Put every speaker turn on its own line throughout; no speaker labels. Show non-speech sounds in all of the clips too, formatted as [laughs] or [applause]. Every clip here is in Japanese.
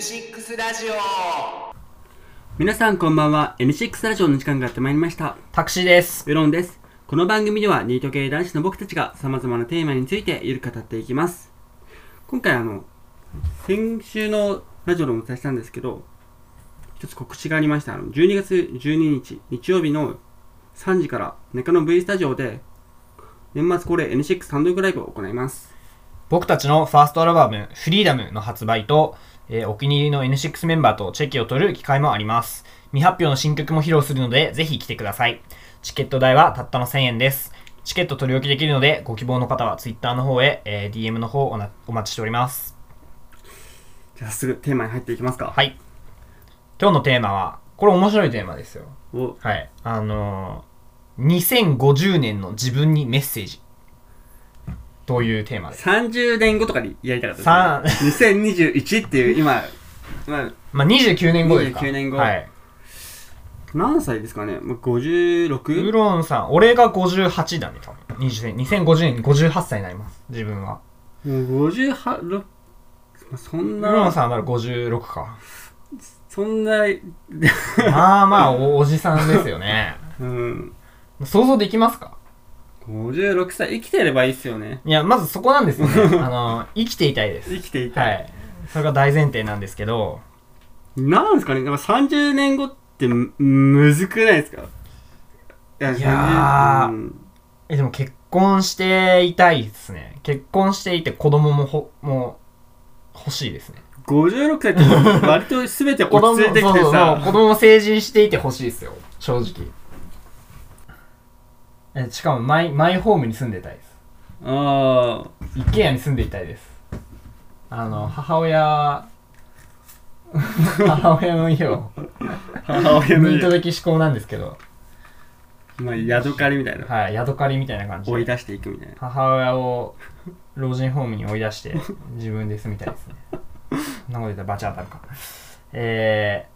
ラジオ
皆さんこんばんは N6 ラジオの時間がやってまいりました
タクシーです。
ウロンですこの番組ではニート系男子の僕たちがさまざまなテーマについてゆるく語っていきます今回あの先週のラジオでもお伝えしたんですけど一つ告知がありましたあの12月12日日曜日の3時から中野 V スタジオで年末恒例 N6 単独ライブを行います
僕たちのファーストアルバム、フリーダムの発売と、えーお気に入りの N6 メンバーとチェキを取る機会もあります。未発表の新曲も披露するので、ぜひ来てください。チケット代はたったの1000円です。チケット取り置きできるので、ご希望の方は Twitter の方へ、えー DM の方をおなお待ちしております。
じゃあ早速テーマに入っていきますか
はい。今日のテーマは、これ面白いテーマですよ。
お
はい。あのー、2050年の自分にメッセージ。というテーマです。
30年後とかにやりたかった
さ
です、ね、2021っていう今今
まあ、29年後ですか。
29年後
はい。
何歳ですかね、まあ、
ウ
56?
ロンさん、俺が58だね、多分。20 2050年に58歳になります、自分は。
もう58、ろまあそん
ウロン
な、
さんはまだ56か。
そんな、
[laughs]
[laughs]
まあまあお、おじさんですよね。
うん、
[laughs] 想像できますか
56歳、生きてればいいっすよね。
いや、まずそこなんですよ [laughs] ね。あの、生きていたいです。
生きていた。
はいい。それが大前提なんですけど、
なんですかね、なんか30年後ってむ、むずくないですかいや
いやー
30うん
え、でも結婚していたいですね。結婚していて子供もほ、もう、欲しいですね。
56歳って割と全て
[laughs] 子供
落ち着いてきて
そうそうそう子
さ、
供成人していてほしいですよ正直えしかもマイマイホームに住んでたいです
あー
一軒家に住んでいたいですあの母親 [laughs] 母親の家を
母親
ニ
の
ート
家、
的思考なんですけど、
まあ、宿借りみたいな、
はい、宿借りみたいな感じ
追い
で
出していくみたいな。
母親を老人ホームに追い出して自分で住みたいですねそんなこと言ったらバチ当たるかえ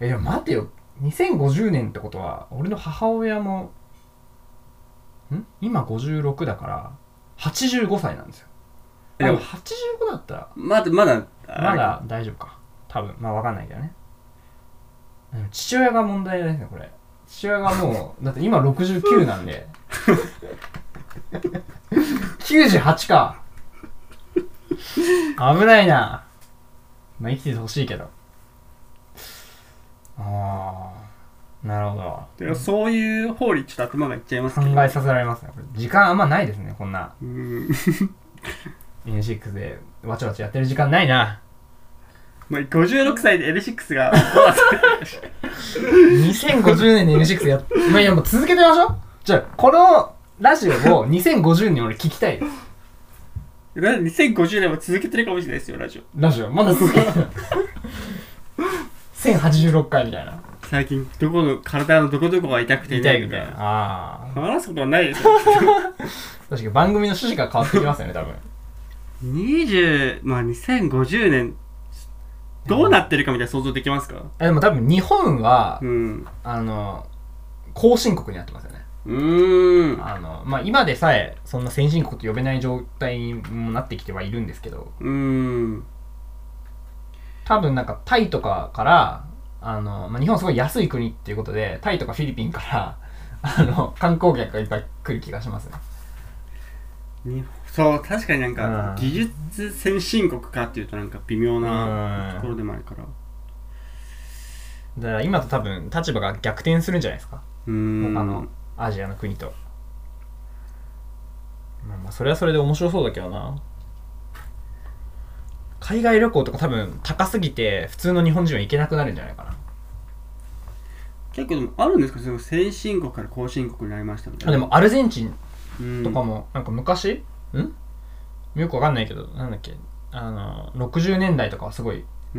ー、えでも待てよ2050年ってことは俺の母親もん今56だから85歳なんですよ
で
で
も
も85だったら
まだ、まだ、
まだ大丈夫か多分まあわかんないけどねでも父親が問題ですねこれ父親がもうだって今69なんで98か危ないなまあ生きててほしいけどああなるほど
てかそういう方にちょっと頭がいっちゃいます
考
けど。
えさせられますねこれ時間あんまないですねこんな
うん
N6 でわちゃわちゃやってる時間ないな
まあ、56歳で L6 が
2050年に N6 やっ、まあ、いやもう続けてみましょうじゃあこのラジオを2050年に俺聞きたいで
[laughs]
す
な2050年も続けてるかもしれないですよラジオ
ラジオまだ続けてる1086回みたいな
最近どこの体のどこどこが痛くて
痛いみたいなああ
話すことはないですよ
確かに番組の趣旨が変わってきますよね多分
20まあ2050年どうなってるかみたいな想像できますか
えでも多分日本は
うん
あの後進国になってますよね
うーん
あの、まあ、今でさえそんな先進国と呼べない状態にもなってきてはいるんですけど
うーん
多分なんかタイとかからあの、まあ、日本すごい安い国っていうことでタイとかフィリピンからあの観光客がいっぱい来る気がしますね
にそう確かになんか
うん
技術先進国かっていうとなんか微妙な
うん
ところでもあるから
だから今と多分立場が逆転するんじゃないですか
うーん
他のアジアの国と、まあ、まあそれはそれで面白そうだけどな海外旅行とか多分高すぎて普通の日本人は行けなくなるんじゃないかな
結構でもあるんですかその先進国から後進国になりましたみたい
あ
な
でもアルゼンチン
うん
とかも、なんか昔んよくわかんないけどなんだっけあの60年代とかはすごい、
うー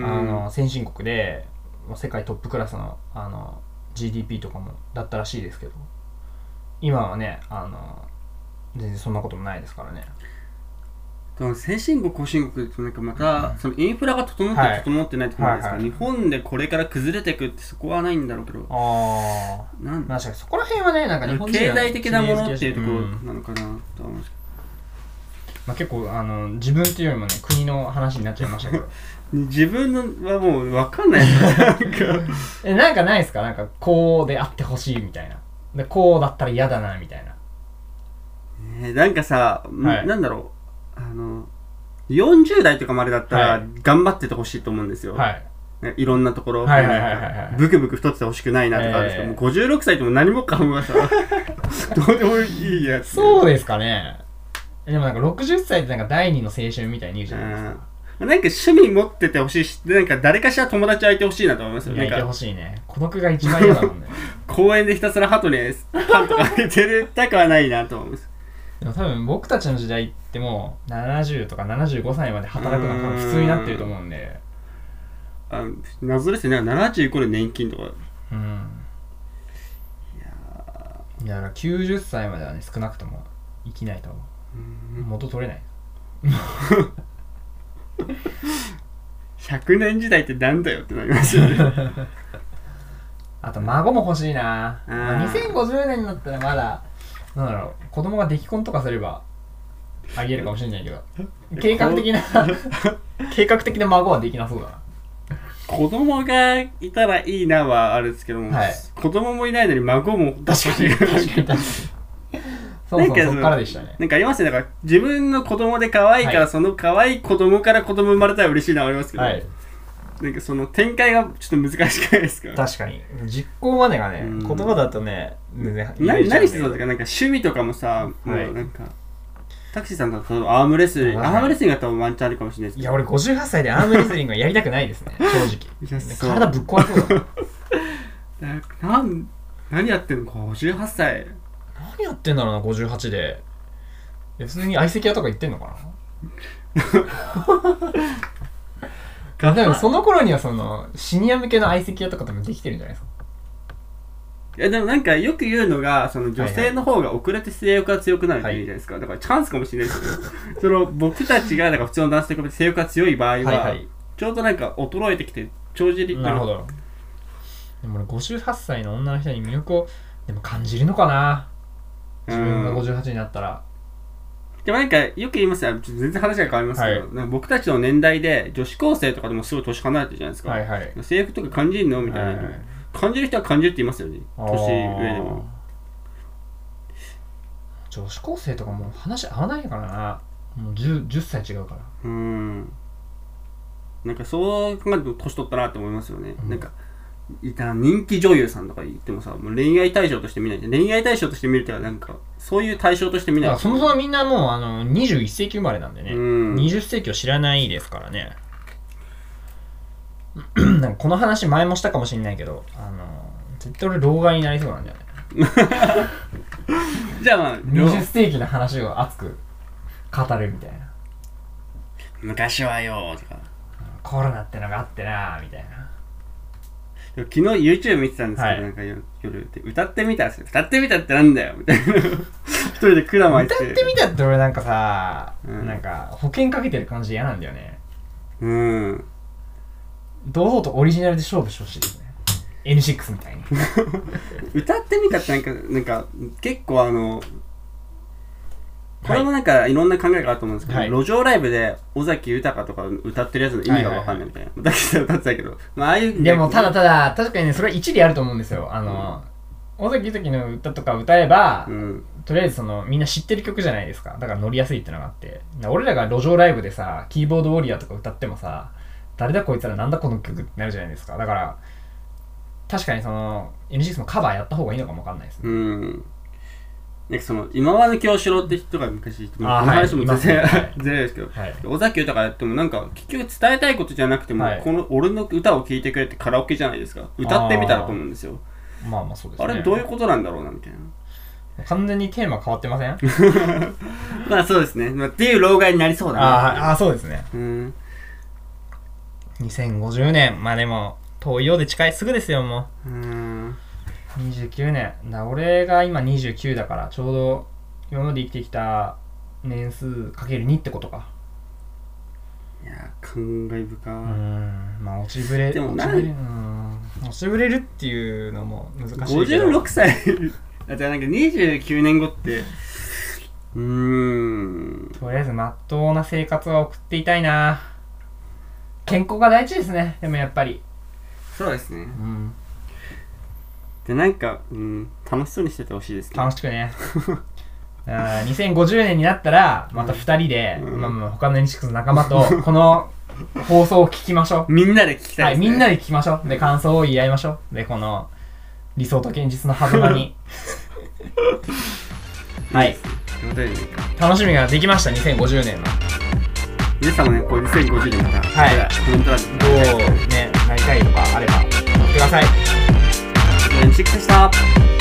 ん
あの先進国でまあ世界トップクラスのあの GDP とかもだったらしいですけど今はねあの全然そんなこともないですからね
でも先進国後進国ってなんかまた、そのインフラが整って
はい
整ってないってことなんですか、
はいはい
日本でこれから崩れていくってそこはないんだろうけど
ああ
なん
確かにそこら辺はねなんか日本人は
経済的なものっていうところ
ん
なのかなとは思うんです
まあ、結構あの自分っていうよりもね国の話になっちゃいましたけど
自分のはもう分かん
[laughs]
ないですねなんか
えなんかないですかなんかこうであってほしいみたいなでこうだったら嫌だなみたいな
ねなんかさ、
はい
なんだろうあの40代とかまでだった
は
ら
い
頑張っててほしいと思うんですよ、
はい
ねいろんなところ、
はいはいはいはいはい
ブクブク太っててほしくないなとかあるんですけど、
ええ
もう56歳でも何もかもがさ
[laughs]
どうでもいいやつ
そうですかねえでもなんか60歳ってなんか第二の青春みたいに言うじ
う
ゃないです
ん
か
なんか趣味持っててほしいし、でなんか誰かしら友達相いてほしいなと思いますよ。
いやいて
なん
ほ
か
しいね孤独が一番嫌だもんね [laughs]
公園でひたすらハトにパンとか出てたくはないなと思います。
でも多分僕たちの時代ってもう70とか75歳まで働くのが普通になってると思うんで
あの謎ですよね。75で年金とか。
うんいやだから90歳まではね少なくとも生きないと思う元取れない
100年時代ってなんだよってなりますよね。
[laughs] あと孫も欲しいな、
うん
まあ2050年になったらまだなんだろう子供が出来婚とかすればありえるかもしれな
[laughs]
いけど計画的な計画的な孫はできなそうだな
子供がいたらいいなはあるんですけども、
はい
子供もいないのに孫も確かに。
確かにそうそうそっからでしたね
なんかありますね。だから自分の子供で可愛いから、
はい
その可愛い子供から子供生まれたら嬉しいなはありますけど、
はい
なんかその展開がちょっと難しくないですか
確かに実行までがね
うん
言葉だとね全然
な
言えちゃうんだけど
何してたんですかなんか趣味とかもさ、
はい
もうなんかタクシーさんだとアームレスリング
はい
アームレスリングだったらワンチャンあるかもしれないです
い
け
や俺58歳でアームレスリングはやりたくないです
[laughs]
ね
いや
正直
そう
体ぶっ壊そうだもん
どななん何やってんの58歳
何やってんだろうな58でいや普通に相席屋とか行ってんのかなでもその頃にはそのシニア向けの相席屋とか多分できてるんじゃないですか
いやでもなんかよく言うのがその女性の方が遅れて性欲が強くなるって言うじゃないですか、だからチャンスかもしれないですけどその僕たちがなんか普通の男性と比べて性欲が強い場合は、ちょうどなんか衰えてきて長尻
なるほどでも俺58歳の女の人に魅力をでも感じるのかな自分が
うん
58になったら、
でもなんかよく言いますよちょっと全然話が変わりますけど、
は
なんか僕たちの年代で女子高生とかでもすごい年離れてるじゃないですか、
はいはい
制服とか感じるのみたいな、
はい
感じる人は感じるって言いますよね年上でも
あー女子高生とかもう話合わないのからなもう 10, 10歳違うから
うんなんかそう考えると年取ったなって思いますよね、
うん
なんかいた人気女優さんとか言ってもさもう恋愛対象として見ない恋愛対象として見るってのはなんかそういう対象として見
だ
な
か
い
らそもそもみんなもうあの21世紀生まれなんでね、
うん
20世紀を知らないですからね [clears throat] なんかこの話前もしたかもしれないけどあの絶対俺老害になりそうなんじゃない
じゃあまあ両
20世紀の話を熱く語るみたいな
昔はよとか
コロナってのがあってなみたいな
でも昨日 YouTube 見てたんですけど、
はい
なんか夜夜で歌ってみたんですよ歌ってみたってなんだよみたいな [laughs] 一人でクラマ行って
歌ってみたって俺なんかさ、
うん
なんか保険かけてる感じ嫌なんだよね
うん
堂々とオリジナルで勝負してほしいですね N6 みた
[laughs]
いに
歌ってみたってなんかなんか結構あのこれもなんかいろんな考えがあると思うんですけど、
はい
路上ライブで尾崎豊とか歌ってるやつの意味がわかんないみたいな、だけど歌ってたけど、まあ、ああいう
でもただただ確かにねそれは一理あると思うんですよあの、尾崎豊の歌とか歌えば、
うん
とりあえずそのみんな知ってる曲じゃないですかだから乗りやすいってのがあって俺らが路上ライブでさキーボードウォリアーとか歌ってもさ誰だこいつらなんだこの曲ってなるじゃないですかだから確かにその N6 のカバーやった方がいいのかもわかんないですね
うんなんかその今和の京志郎って人が昔言ってまあ
あー
この話も
はい
全然、
いますね
[laughs] 全然ですけど
はい
尾崎豊やってもなんか結局伝えたいことじゃなくても、
はい
この俺の歌を聴いてくれってカラオケじゃないですか歌ってみたらと思うんですよ
まあまあそうです
あ
ね
れどういうことなんだろうなみたいな
完全にテーマ変わってませんあ
まあそうですね、まあ、っていう老害になりそうだな
ああそうですね
うん
2050年まあでも遠いようで近いすぐですよも
うん
う29年な俺が今29だからちょうど今まで生きてきた年数かける2ってことか
いや感慨深
うーんまあ落ちぶれ
でも
落
な
ちぶれうーん落ちぶれるっていうのも難しいけど
56歳あじゃあなんか29年後ってうーん。
とりあえずまっとうな生活は送っていたいな健康が大事ですねでもやっぱり
そうですね。
うん
で、なんか、うん、楽しそうにしててほしいですね。
楽しくね [laughs] あー2050年になったらまた2人で、
うん
まあまあ他の N6 の仲
[laughs]
間とこの放送を聞きましょ
みんなで聞き
う、
た
はいい、
です、ね。
みんなで聞きましょうで感想を言い合いましょうでこの理想と現実の狭間
[laughs]
にはい
ということでね
楽しみができました2050年の
皆さんもね、こう2050年また、
はい
コメント欄で、
どうねなりたいとかあれば言ってください
チェックでした。
バイバイ